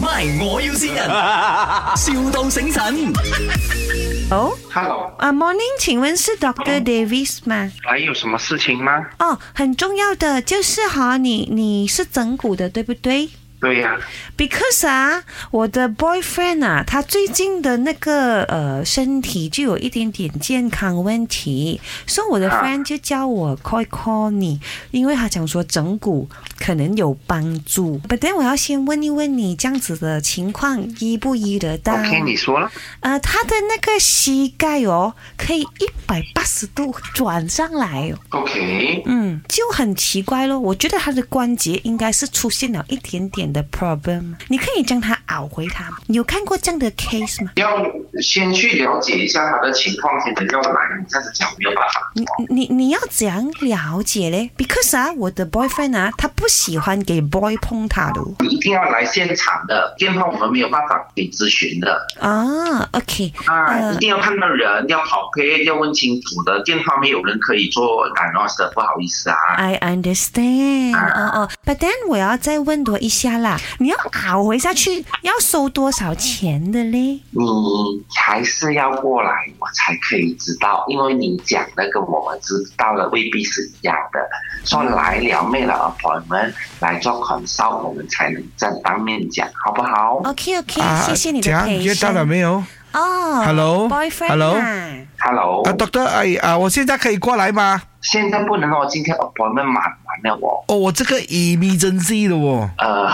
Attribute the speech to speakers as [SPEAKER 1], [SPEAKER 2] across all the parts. [SPEAKER 1] ，My 我要 先人，,笑到醒神。
[SPEAKER 2] 哦
[SPEAKER 3] Hello，
[SPEAKER 2] 啊，Morning，请问是 Doctor
[SPEAKER 3] 嗯
[SPEAKER 2] Davis 吗？
[SPEAKER 3] 还有什么事情吗？
[SPEAKER 2] 哦，很重要的就是哈，你你是整蛊的，对不对
[SPEAKER 3] 对呀、
[SPEAKER 2] ？Because 啊，我的 boyfriend 啊，他最近的那个呃身体就有一点点健康问题，所以我的
[SPEAKER 3] 啊
[SPEAKER 2] friend 就叫我 call call 你，因为他讲说整蛊可能有帮助。But then 我要先问一问你这样子的情况医不医得到
[SPEAKER 3] o k 你说了。
[SPEAKER 2] 呃，他的那个膝盖哦，可以一百八十度转上来哦，
[SPEAKER 3] OK，
[SPEAKER 2] 嗯，就很奇怪咯。我觉得他的关节应该是出现了一点点的 problem，你可以将它拗回它吗。你有看过这样的 case 吗？
[SPEAKER 3] 要先去了解一下他的情况，先等要来。你这样子讲没有办法。
[SPEAKER 2] 你你你要怎样了解嘞？Because 啊，我的 boyfriend 啊，他不喜欢给 boy 碰他的哦
[SPEAKER 3] 你一定要来现场的，电话我们没有办法给咨询的
[SPEAKER 2] 啊。OK，
[SPEAKER 3] 啊，
[SPEAKER 2] 呃
[SPEAKER 3] 一定要看到人，要跑配，要问清楚的。电话没有人可以做 diagnose 的，不好意思啊。
[SPEAKER 2] I understand，哦哦，But then 我要再问多一下啦，你要拗回下去要收多少钱的嘞？
[SPEAKER 3] 你还是要过来，我才可以知道，因为你讲的跟我们知道的未必是一样的。说来了
[SPEAKER 4] 嗯
[SPEAKER 3] 没了 appointment 来做 consult，我们才能正当面讲，好不好
[SPEAKER 2] OK OK，、
[SPEAKER 4] 啊
[SPEAKER 2] 谢谢你的
[SPEAKER 4] 怎样
[SPEAKER 2] 陪
[SPEAKER 4] 约到了
[SPEAKER 2] 伴。
[SPEAKER 4] 没有？
[SPEAKER 2] 哦
[SPEAKER 4] Hello？
[SPEAKER 2] boyfriend
[SPEAKER 4] Hello？
[SPEAKER 2] 啊
[SPEAKER 3] ？Hello，
[SPEAKER 4] 啊，Doctor，哎啊，我现在可以过来吗？
[SPEAKER 3] 现在不能哦，今天 appointment 满完了哦。
[SPEAKER 4] 哦，我这个 emergency 的哦。
[SPEAKER 3] 呃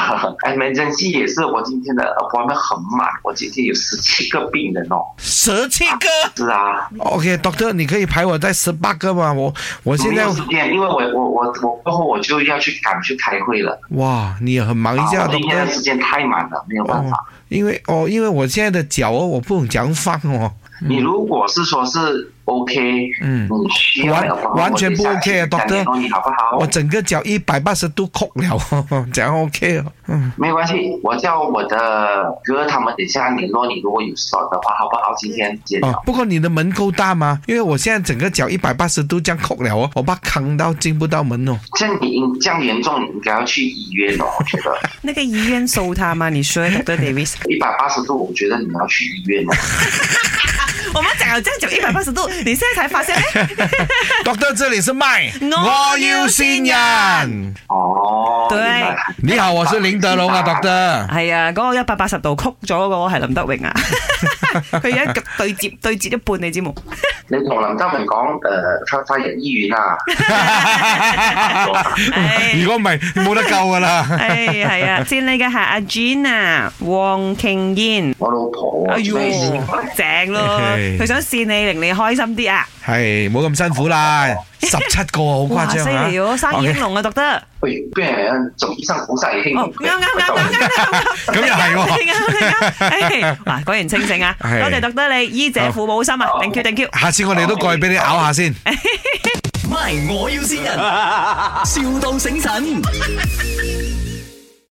[SPEAKER 3] ，emergency 也是，我今天的 appointment 很满，我今天有十七个病人哦。
[SPEAKER 4] 十七个。
[SPEAKER 3] 是啊，
[SPEAKER 4] OK，Doctor，、你可以排我在十八个吗？我我现
[SPEAKER 3] 没
[SPEAKER 4] 在
[SPEAKER 3] 有时间，因为我我我我过后我就要去赶去开会了。
[SPEAKER 4] 哇，你也很忙一下
[SPEAKER 3] 啊我今天的
[SPEAKER 4] Doctor。
[SPEAKER 3] 时间太满了，没有办
[SPEAKER 4] 哦
[SPEAKER 3] 法。，
[SPEAKER 4] 因为哦，因为我现在的脚哦，我不懂讲放哦，
[SPEAKER 3] 你如果是说是 OK，
[SPEAKER 4] 嗯
[SPEAKER 3] 你需要
[SPEAKER 4] 完
[SPEAKER 3] 有帮我
[SPEAKER 4] 完全不 OK 啊
[SPEAKER 3] 等一下
[SPEAKER 4] ，Doctor
[SPEAKER 3] 你好不好？
[SPEAKER 4] 我整个脚一百八十度扣了， 这样 OK 哦。嗯，
[SPEAKER 3] 没关系，我叫我的哥他们等一下联络你，如果有事的话，好不好？今天接
[SPEAKER 4] 哦，不过你的门够大吗？因为我现在整个脚一百八十度这样扣了哦，我怕扛到进不到门哦。
[SPEAKER 3] 这样你应这样严重，你应该要去医院哦。我觉 得
[SPEAKER 2] 那个医院收他吗？你 说，Dr. Davis？
[SPEAKER 3] 一百八十度，我觉得你要去医院哦。
[SPEAKER 2] 我们讲了这样讲一百八 十度，你现在才发现，哎
[SPEAKER 4] Doctor，这里是麦，
[SPEAKER 2] 我要先人。
[SPEAKER 3] 哦，
[SPEAKER 2] 对
[SPEAKER 3] 原来
[SPEAKER 4] 你好，我是林德龙
[SPEAKER 3] 哎
[SPEAKER 4] 啊 ，Doctor。
[SPEAKER 2] 係啊，嗰、個一百八十度曲咗嗰個係林德 榮啊，佢而家對接對接一半你知冇？
[SPEAKER 3] 你同林德文講，诶、呃，他他入醫院啊。
[SPEAKER 4] 如果唔系冇得救噶啦。
[SPEAKER 2] 係係啊，先你嘅係阿 Jean 啊，黃瓊燕。
[SPEAKER 3] 我老婆啊，
[SPEAKER 2] 哎呦
[SPEAKER 3] 咩事，
[SPEAKER 2] 正咯！
[SPEAKER 4] 嘿
[SPEAKER 2] 佢想試你，令你開心啲啊！
[SPEAKER 4] 系冇咁辛苦啦，十七个好
[SPEAKER 2] 哇，
[SPEAKER 4] 夸
[SPEAKER 2] 犀
[SPEAKER 4] 张啊！
[SPEAKER 2] 利哦，生意興
[SPEAKER 4] OK，
[SPEAKER 2] 隆啊，讀得。
[SPEAKER 3] 喂，哎不然做醫生好晒興。
[SPEAKER 2] 哦，啱啱啱啱啱啱，
[SPEAKER 4] 咁 又
[SPEAKER 2] 啊
[SPEAKER 4] 係喎
[SPEAKER 2] 啱啱啱 啱，啊哎哇，果然清醒啊！
[SPEAKER 4] 係
[SPEAKER 2] 多謝讀得你，醫者父母心啊
[SPEAKER 3] 好
[SPEAKER 2] ，thank you thank you。
[SPEAKER 4] 下次我哋都过去俾你咬下先。
[SPEAKER 1] My 我要先人，,笑到醒神。